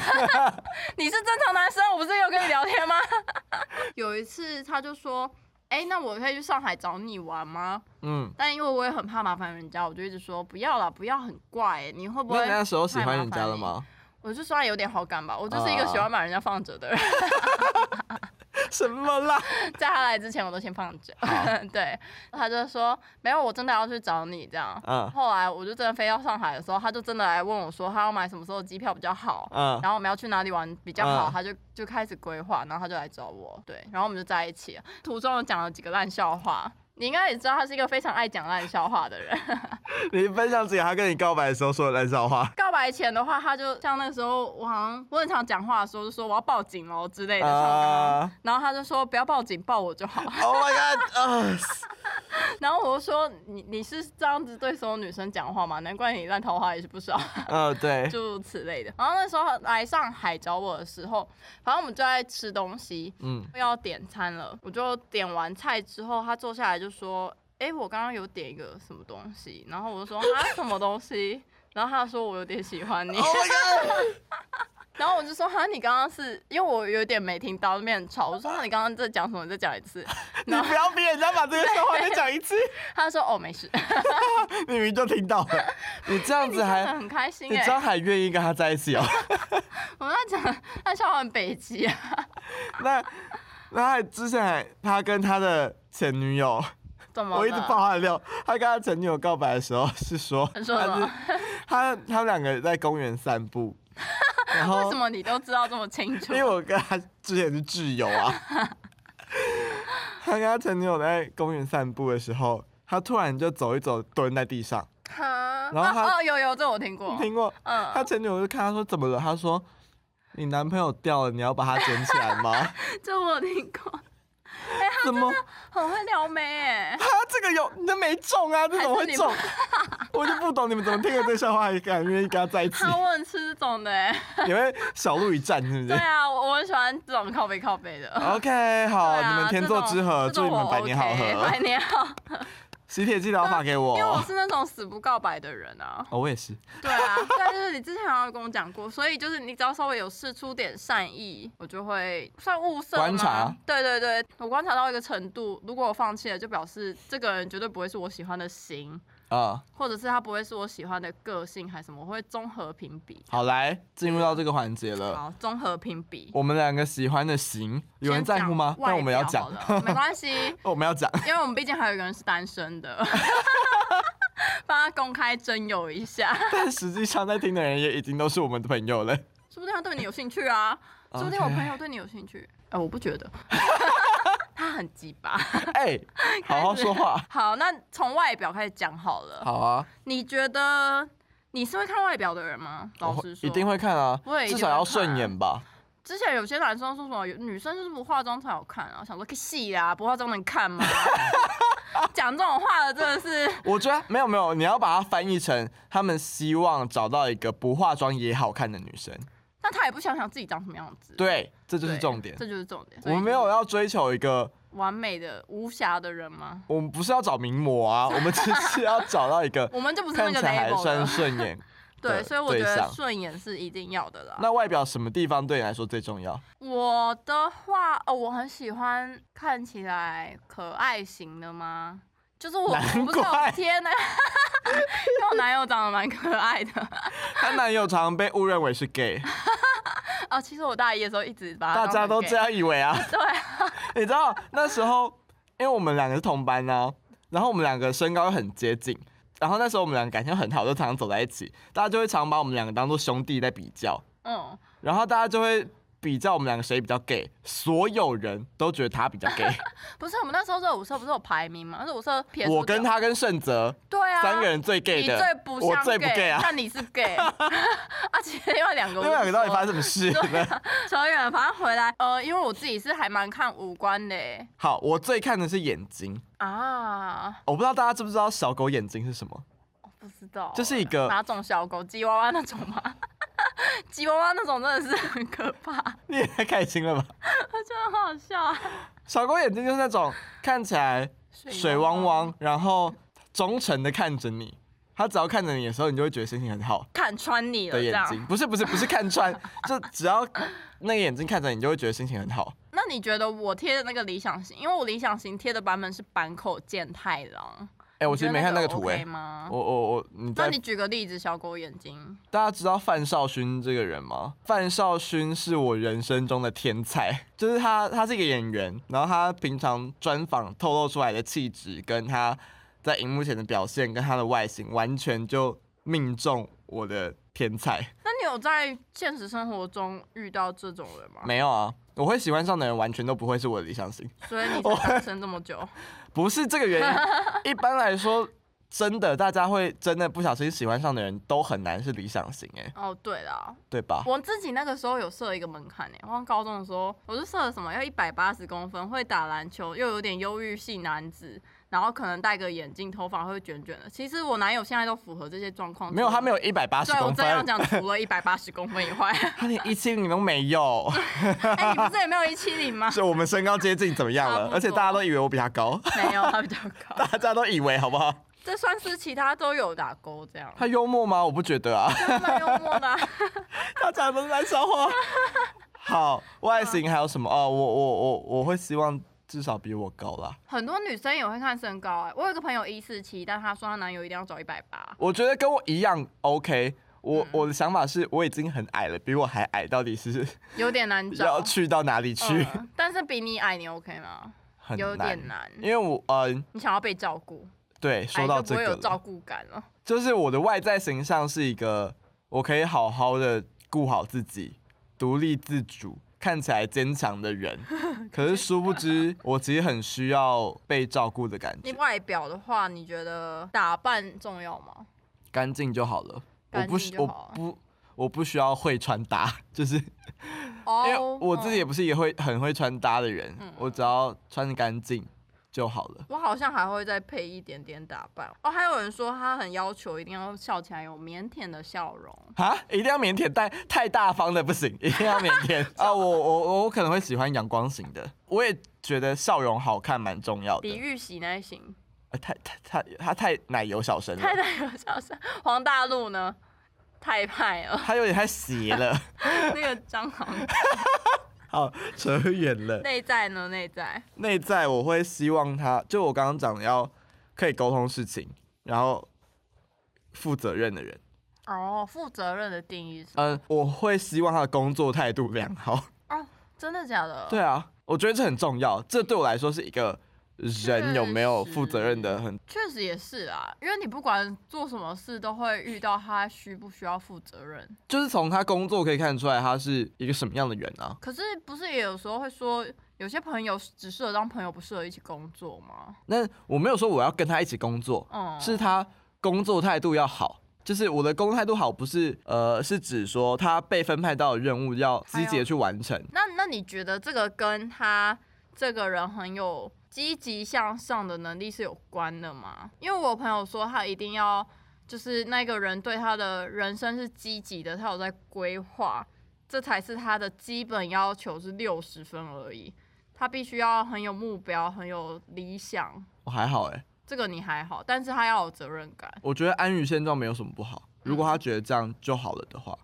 B: 你是正常男生，我不是有跟你聊天吗？ *laughs* 有一次他就说：“哎、那我可以去上海找你玩吗？”
A: 嗯， *laughs*
B: 但因为我也很怕麻烦人家，我就一直说不要啦，不要，很怪、你会不
A: 那
B: 会
A: 你？那时候喜
B: 太麻
A: 欢人家
B: 烦
A: 了
B: 你
A: 吗？
B: *laughs* 我就说有点好感吧，我就是一个喜欢把人家放着的人，
A: 什么啦？
B: 在他来之前我都先放着
A: 好。
B: *laughs* 对，他就说没有，我真的要去找你这样。
A: 嗯
B: 后来我就真的飞到上海的时候，他就真的来问我说他要买什么时候的机票比较好。
A: 嗯，
B: 然后我们要去哪里玩比较好，
A: 嗯
B: 他就就开始规划，然后他就来找我，对，然后我们就在一起了。途中我讲了几个烂笑话，你应该也知道他是一个非常爱讲烂笑话的人。
A: *laughs* 你分享起他跟你告白的时候说的烂笑话，
B: 告白前的话，他就像那时候我好像我很常讲话的时候，就说我要报警喽之类的。
A: 啊
B: 然后他就说不要报警，抱我就好。 *laughs*
A: ，Oh my god，啊，
B: 然后我就说你你是这样子对所有女生讲话吗？难怪你烂桃花也是不 *laughs* 少，
A: 呃，对，
B: 诸如此类的。然后那时候来上海找我的时候，反正我们就在吃东西，
A: 嗯，
B: 要点餐了，我就点完菜之后，他坐下来就说：“哎、我刚刚有点一个什么东西。”然后我就说：“啊，什么东西？”然后他说：“我有点喜欢你。” *laughs*
A: Oh my god，
B: 然后我就说哈，你刚刚是因为我有点没听到，那边很吵。我说那你刚刚在讲什么？你再讲一次。
A: 你不要逼人家把这个笑话再讲一次，
B: 他说哦，没事。
A: 你明明就听到了，你这样
B: 你
A: 子
B: 真的
A: 还，
B: *laughs* 很开心
A: 你
B: 哎、
A: 这样还愿意跟他在一
B: *laughs*
A: 起哦？
B: 我在讲他笑话很北极啊，
A: 那那他之前还他跟他的前女友，
B: 怎么了？
A: 我一直爆他的料，他跟他前女友告白的时候是说，
B: 他说什么
A: 是他他们两个在公园散步，
B: *laughs*
A: 然后
B: 啊为什么你都知道这么清
A: *laughs*
B: 楚
A: 因？为我跟他之前是挚友啊，他跟他前女友在公园散步的时候，他突然就走一走，蹲在地上。
B: 哈，
A: 然后他
B: 哦哦有有这我听过
A: 你，听过？
B: 嗯，
A: 他前女友就看他说怎么了？他说你男朋友掉了，你要把他捡起来吗？
B: *laughs* 这我听过，
A: 怎么？
B: 很会撩妹哎、
A: 他这个有你都没中啊？这怎么
B: 还
A: 会
B: 是你
A: 中？ *laughs* 我就不懂你们怎么听了这笑话还敢愿意跟他在
B: *laughs*
A: 一起？
B: 他我很吃这种的哎、
A: 你们小鹿一战是不
B: 啊对
A: 是
B: 啊，我我很喜欢这种靠背靠背的。
A: ？OK，好，
B: 对啊
A: 你们天作之合，
B: 这
A: 祝
B: 种
A: 你们百年好
B: 这种我 OK，
A: 合
B: 百。
A: *laughs*
B: 年好合。
A: 喜帖寄疗法给我
B: 因为。我是那种死不告白的人啊。
A: 哦，我也是。
B: *laughs* 对啊，对，就是你之前好像有跟我讲过，所以就是你只要稍微有试出点善意，我就会算物色吗
A: 观察。
B: 对对对，我观察到一个程度，如果我放弃了，就表示这个人绝对不会是我喜欢的型，
A: 啊、
B: 或者是他不会是我喜欢的个性还是什么，我会综合评比。
A: 好，来进入到这个环节了。
B: 好，综合评比。
A: 我们两个喜欢的型，有人在乎吗？
B: 先讲
A: 但我们要
B: 外表
A: 讲哦
B: 好，
A: *laughs*
B: 了，没关系。
A: 我们要讲。 *laughs*
B: 因为我们毕竟还有一个人是单身的， *laughs* 帮他公开征友一下，
A: 但实际上在听的人也已经都是我们的朋友了。
B: *laughs* 说不定他对你有兴
A: *laughs*
B: 趣啊，说不定我
A: OK
B: 朋友对你有兴趣。哎、我不觉得， *laughs* 他很鸡巴。
A: 哎、好好说话。
B: 好，那从外表开始讲好了。
A: 好啊，
B: 你觉得你是会看外表的人吗？
A: 我
B: 老
A: 会
B: 实说，
A: 一定会看啊
B: 我也，一定
A: 至
B: 会
A: 少要顺眼吧。
B: 之前有些男生说什么女生就是不化妆才好看啊，我想说个戏啦，不化妆能看
A: *laughs*
B: 吗？讲这种话的真的是
A: 我觉得没有没有，你要把它翻译成他们希望找到一个不化妆也好看的女生。
B: 但他也不想想自己长什么样子。
A: 对，这就
B: 对，
A: 是重点。
B: 这就是重点。
A: 我们没有
B: 所以
A: 要追求一个，
B: 就是完美的无瑕的人吗？
A: 我们不是要找名模啊，我们只是要找到一个
B: *laughs* 我们就不是那
A: 看
B: 个
A: 起来还
B: label
A: 算
B: 的， *laughs*
A: 顺眼。
B: 对，
A: 的
B: 所以我觉
A: 对
B: 得
A: 象
B: 顺眼是一定要的啦。
A: 那外表什么地方对你来说最重
B: *laughs*
A: 要？
B: 我的话，哦，我很喜欢看起来可爱型的吗？就是我，
A: 难
B: 我不知道
A: 怪，
B: 天哪， *laughs* 因为我男友长得蛮可爱的。
A: 她男友常常被误认为是 gay，
B: 哦，其实我大一的时候一直把
A: 大
B: 他当
A: 家
B: 成
A: 都
B: gay
A: 这。样以为啊。
B: *laughs* 对啊，
A: *laughs* 你知道那时候，因为我们两个是同班啊，然后我们两个身高很接近，然后那时候我们两个感情很好，就常常走在一起，大家就会常把我们两个当做兄弟在比较，
B: 嗯，
A: 然后大家就会比较我们两个谁比较 gay，所有人都觉得他比较
B: *laughs*
A: gay，
B: 不是我们那时候热舞社不是有排名吗？热舞社撇除
A: 我跟
B: 掉
A: 他跟盛泽
B: 对啊，
A: 三个人最 gay
B: 你
A: 的
B: 最不，
A: 我
B: 像
A: 最不 gay 啊，
B: 但你是 gay，啊，其实另外两个
A: 那
B: *laughs* 我
A: 两个到底发生
B: 生
A: 什么事
B: *laughs* 对
A: 呢？
B: 啊，扯远了，反正回来，呃，因为我自己是还蛮看五官的欸
A: 好，我最看的是眼睛，
B: 啊，
A: 我不知道大家知不知道小狗眼睛是什么？ *laughs*
B: 不知道欸，
A: 这是一个
B: 哪种小狗，吉娃娃那种吗？ *laughs* 吉娃娃那种真的是很可怕，我
A: 你也太开心了吧？
B: 觉得很好笑啊。
A: 小狗眼睛就是那种看起来水汪汪，，然后忠诚的看着你。他只要看着你的时候，你就会觉得心情很好
B: 看穿你了
A: 的
B: 这
A: 眼睛
B: 样。，
A: 不是不是不是看穿，就只要那个眼睛看着你，就会觉得心情很好。
B: 那你觉得我贴的那个理想型，因为我理想型贴的版本是坂口健太郎，
A: 哎、我
B: 你
A: 其实
B: 觉得
A: 没看那个图
B: OK
A: 哎、
B: 吗？
A: 我我我，你
B: 那
A: 在
B: 你举个例子，小狗眼睛，
A: 大家知道范少勋这个人吗？范少勋是我人生中的天才， *laughs* 就是他，他是一个演员，然后他平常专访透露出来的气质，跟他在荧幕前的表现，跟他的外形，完全就命中我的天才。 *laughs*
B: 那你有在现实生活中遇到这种人吗？
A: 没有啊，我会喜欢上的人完全都不会是我的理想型，
B: 所以你才单身这么
A: *laughs*
B: 久，
A: 不是这个原
B: *laughs*
A: 因。一般来说，真的大家会真的不小心喜欢上的人都很难是理想型，哎，
B: 哦，对啦，
A: 对吧？
B: *laughs* 我自己那个时候有设一个门槛诶、欸我上高中的时候，我就设了什么要一百八十公分，会打篮球，又有点忧郁系男子，然后可能戴个眼镜，头发会卷卷的。其实我男友现在都符合这些状况，
A: 没有，他没
B: 有。
A: 有一百八十
B: 对，我
A: 公
B: 这样
A: 分，
B: 讲，除了一百八十公分以外， *laughs*
A: 他连一七零都没有。
B: 哎、你不是也没有一七零
A: *laughs*
B: 吗？
A: 是啊我们身高接近怎么样
B: 差
A: 了
B: 不？多
A: 而且大家都以为我比他高， *laughs*
B: 没有，他比较高。
A: 大家都以为好不好？
B: 这算是其他都有打勾
A: *laughs*
B: 这样，
A: 他幽默吗？我不觉得啊，
B: 真的蛮幽默的啊、
A: *laughs* 他讲的都是烂笑 *laughs* 话。好，外形还有什么？哦，我我我我会希望至少比我高啦。
B: 很多女生也会看身高哎、我有一个朋友一四七，但她说她男友一定要找一百八。
A: 我觉得跟我一样 OK 我。我、
B: 嗯
A: 的想法是，我已经很矮了，比我还矮，到底是
B: 有点难找，
A: 要去到哪里去？
B: 嗯但是比你矮，你 OK 吗？
A: 很
B: 有
A: 难
B: 点，难，
A: 因为我嗯、
B: 你想要被照顾，
A: 对，说
B: 矮
A: 到
B: 就
A: 这
B: 不会
A: 个
B: 有
A: 了
B: 照顾感了。
A: 就是我的外在形象是一个我可以好好的顾好自己、独立自主、看起来坚强的
B: *laughs*
A: 人，可是殊不知我其实很需要被照顾的感
B: 你
A: 觉，
B: 外表的话，你觉得打扮重要吗？
A: 干净就好了。我不需
B: 干净就
A: 我
B: 好啊
A: 不我不需要会穿搭，就是
B: 哦
A: 因为我自己也
B: 嗯
A: 不是也会很会穿搭的人
B: 嗯，
A: 我只要穿的干净就好了。
B: 我好像还会再配一点点打扮。哦，还有人说他很要求一定要笑起来有腼腆的笑容。
A: 啊，一定要腼腆，但太大方的不行， *laughs* 一定要腼
B: *laughs*
A: 腆啊！我我我可能会喜欢阳光型的，我也觉得笑容好看蛮重要
B: 李
A: 的。
B: 玉玺那一型，
A: 呃太太太他太奶油小生了，
B: 太太有笑声。黄大陆呢？太派了，
A: 他有点太邪
B: *laughs*
A: 了，
B: 那个张航。
A: 好扯远了。
B: 内在呢？内在
A: 内在我会希望他，就我刚刚讲的要可以沟通事情，然后负责任的人。
B: 哦，负责任的定义是
A: 嗯，我会希望他的工作态度良好。
B: 哦，真的假的？
A: 对啊，我觉得这很重要，这对我来说是一个人有没有负责任的很
B: 确实也是啊，因为你不管做什么事，都会遇到他需不需要负责任。
A: 就是从他工作可以看出来，他是一个什么样的人啊？
B: 可是不是也有时候会说，有些朋友只适合当朋友，不适合一起工作吗？
A: 那我没有说我要跟他一起工作，
B: 嗯，
A: 是他工作态度要好，就是我的工作态度好，不是呃，是指说他被分派到的任务要积极的去完成。
B: 那那你觉得这个跟他这个人很有积极向上的能力是有关的吗？因为我有朋友说他一定要就是那个人对他的人生是积极的，他有在规划，这才是他的基本要求是六十分而已。他必须要很有目标，很有理想，
A: 我还好哎、
B: 这个你还好，但是他要有责任感。
A: 我觉得安于现状没有什么不好。如果他觉得这样就好了的话，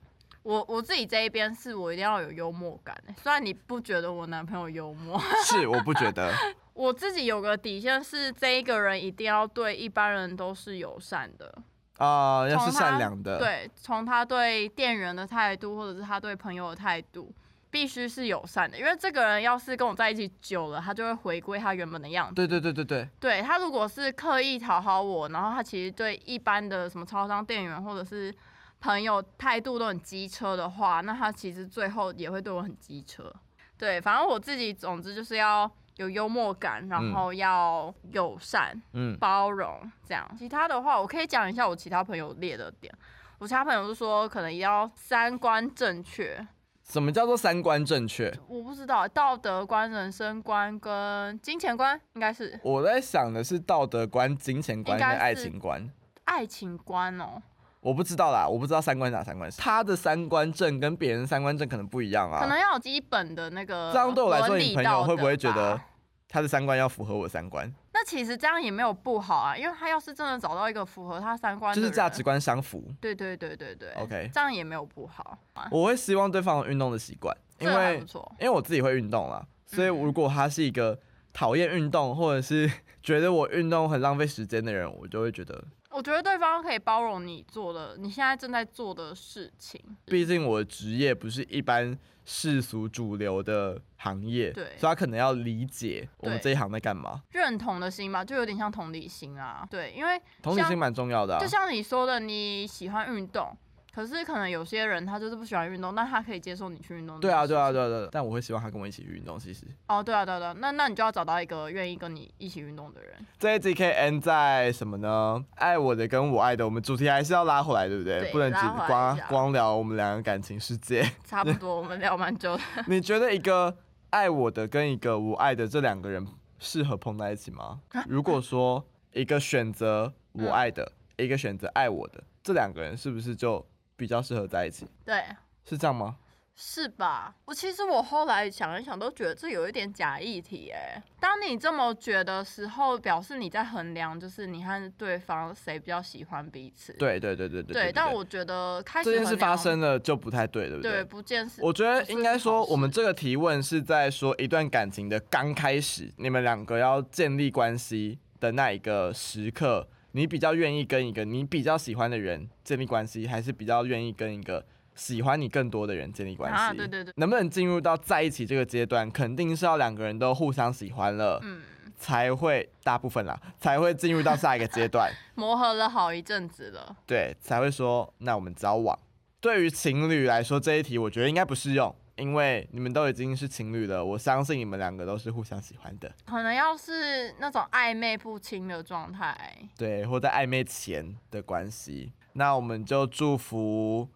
B: 我我自己这一边是我一定要有幽默感、欸，虽然你不觉得我男朋友幽默，
A: 是我不觉得。
B: 我自己有个底线是，这一个人一定要对一般人都是友善的，
A: 啊、要
B: 从
A: 是
B: 他
A: 善良的，，
B: 对，从他对店员的态度，或者是他对朋友的态度，必须是友善的。因为这个人要是跟我在一起久了，他就会回归他原本的样子。
A: 对对对对对，
B: 对他如果是刻意讨好我，然后他其实对一般的什么超商店员或者是朋友态度都很机车的话，那他其实最后也会对我很机车。对，反正我自己总之就是要有幽默感，然后要友善、
A: 嗯，
B: 包容这样。其他的话，我可以讲一下我其他朋友列的点。我其他朋友就说，可能一定要三观正确，
A: 什么叫做三观正确？
B: 我不知道道德观、人生观跟金钱观，应该是
A: 我在想的是道德观、金钱观
B: 应
A: 跟
B: 该是
A: 爱情观。
B: 爱情观哦。
A: 我不知道啦，我不知道三观哪三观是。他的三观正跟别人的三观正可能不一样啊。
B: 可能要有基本的那个
A: 这样对我来说，
B: 伦
A: 你
B: 理
A: 朋友
B: 道德
A: 会不会觉得
B: 吧？
A: 他的三观要符合我的三观，
B: 那其实这样也没有不好啊，因为他要是真的找到一个符合他三观，
A: 就是价值。观相符？
B: 对对对对对
A: OK
B: 这样也没有不好啊，
A: 我会希望对方有运动的习惯，
B: 这
A: 因
B: 个还
A: 为
B: 不错。
A: 因为我自己会运动啦，所以
B: 嗯
A: 如果他是一个讨厌运动或者是 *laughs* 觉得我运动很浪费时间的人，我就会觉得，
B: 我觉得对方可以包容你做的，你现在正在做的事情。
A: 毕竟我的职业不是一般世俗主流的行业，
B: 对
A: 所以他可能要理解我们
B: 对
A: 这一行在干嘛。
B: 认同的心吧，就有点像同理心啊。对，因为
A: 同理
B: 像
A: 心蛮重要的、啊，
B: 就像你说的，你喜欢运动，可是可能有些人他就是不喜欢运动，但他可以接受你去运动。
A: 对啊，对啊，对啊，对啊。但我会希望他跟我一起去运动。其实
B: 哦，对啊，对啊，对啊，那那你就要找到一个愿意跟你一起运动的人。
A: 这一集可以 end 在什么呢？爱我的跟我爱的，我们主题还是要拉回来，对不对？
B: 对
A: 不能只
B: 拉回来一
A: 光
B: 下
A: 光聊我们两个感情世
B: *laughs*
A: 界。
B: 差不多，我们聊蛮久的。
A: 你觉得一个爱我的跟一个我爱的这两个人适合碰在一起
B: *laughs*
A: 吗？如果说一个选择
B: 嗯
A: 我爱的，一个选择爱我的，这两个人是不是就比较适合在一起？
B: *laughs* 对，
A: 是这样吗？
B: 是吧？我其实我后来想一想，都觉得这有一点假议题哎、当你这么觉得时候，表示你在衡量，就是你和对方谁比较喜欢彼此。
A: 对对对对对
B: 对
A: 对。
B: 但
A: 对
B: 我觉得开始
A: 这件事
B: 衡
A: 发，
B: 量
A: 生了就不太对，对不
B: 对，不见是。
A: 我觉得
B: 不是
A: 应该说，
B: 好事
A: 我们这个提问是在说一段感情的刚开始，你们两个要建立关系的那一个时刻，你比较愿意跟一个你比较喜欢的人建立关系，还是比较愿意跟一个喜欢你更多的人建立关系？
B: 啊，对对对，
A: 能不能进入到在一起这个阶段，肯定是要两个人都互相喜欢了，
B: 嗯，
A: 才会大部分啦，才会进入到下一个阶段。
B: 磨合了好一阵子了。
A: 对，才会说那我们交往。对于情侣来说，这一题我觉得应该不适用，因为你们都已经是情侣了，我相信你们两个都是互相喜欢的，
B: 可能要是那种暧昧不清的状态，
A: 对，或在暧昧前的关系。那我们就祝福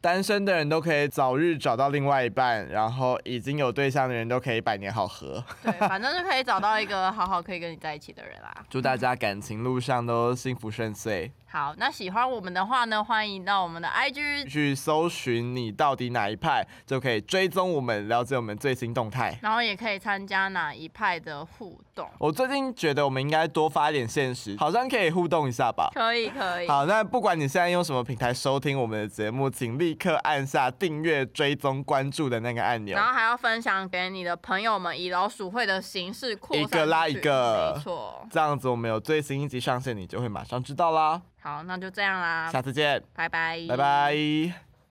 A: 单身的人都可以早日找到另外一半，然后已经有对象的人都可以百年好合。 *laughs*
B: 对，反正就可以找到一个好好可以跟你在一起的人啦。
A: 祝大家感情路上都幸福顺遂。
B: 好，那喜欢我们的话呢，欢迎到我们的 IG，
A: 去搜寻你到底哪一派，就可以追踪我们，了解我们最新动态。
B: 然后也可以参加哪一派的互动，
A: 我最近觉得我们应该多发一点现实，好像可以互动一下吧。
B: 可以可以。
A: 好，那不管你现在用什么平台收听我们的节目，请立刻按下订阅、追踪、关注的那个按钮
B: 然。后还要分享给你的朋友们，以老鼠会的形式扩散
A: 一个拉
B: 出去
A: 一个
B: 没错。
A: 这样子，我们有最新一集上线，你就会马上知道啦。
B: 好，那就这样啦，嗯
A: 下次见，
B: 拜拜，
A: 拜拜。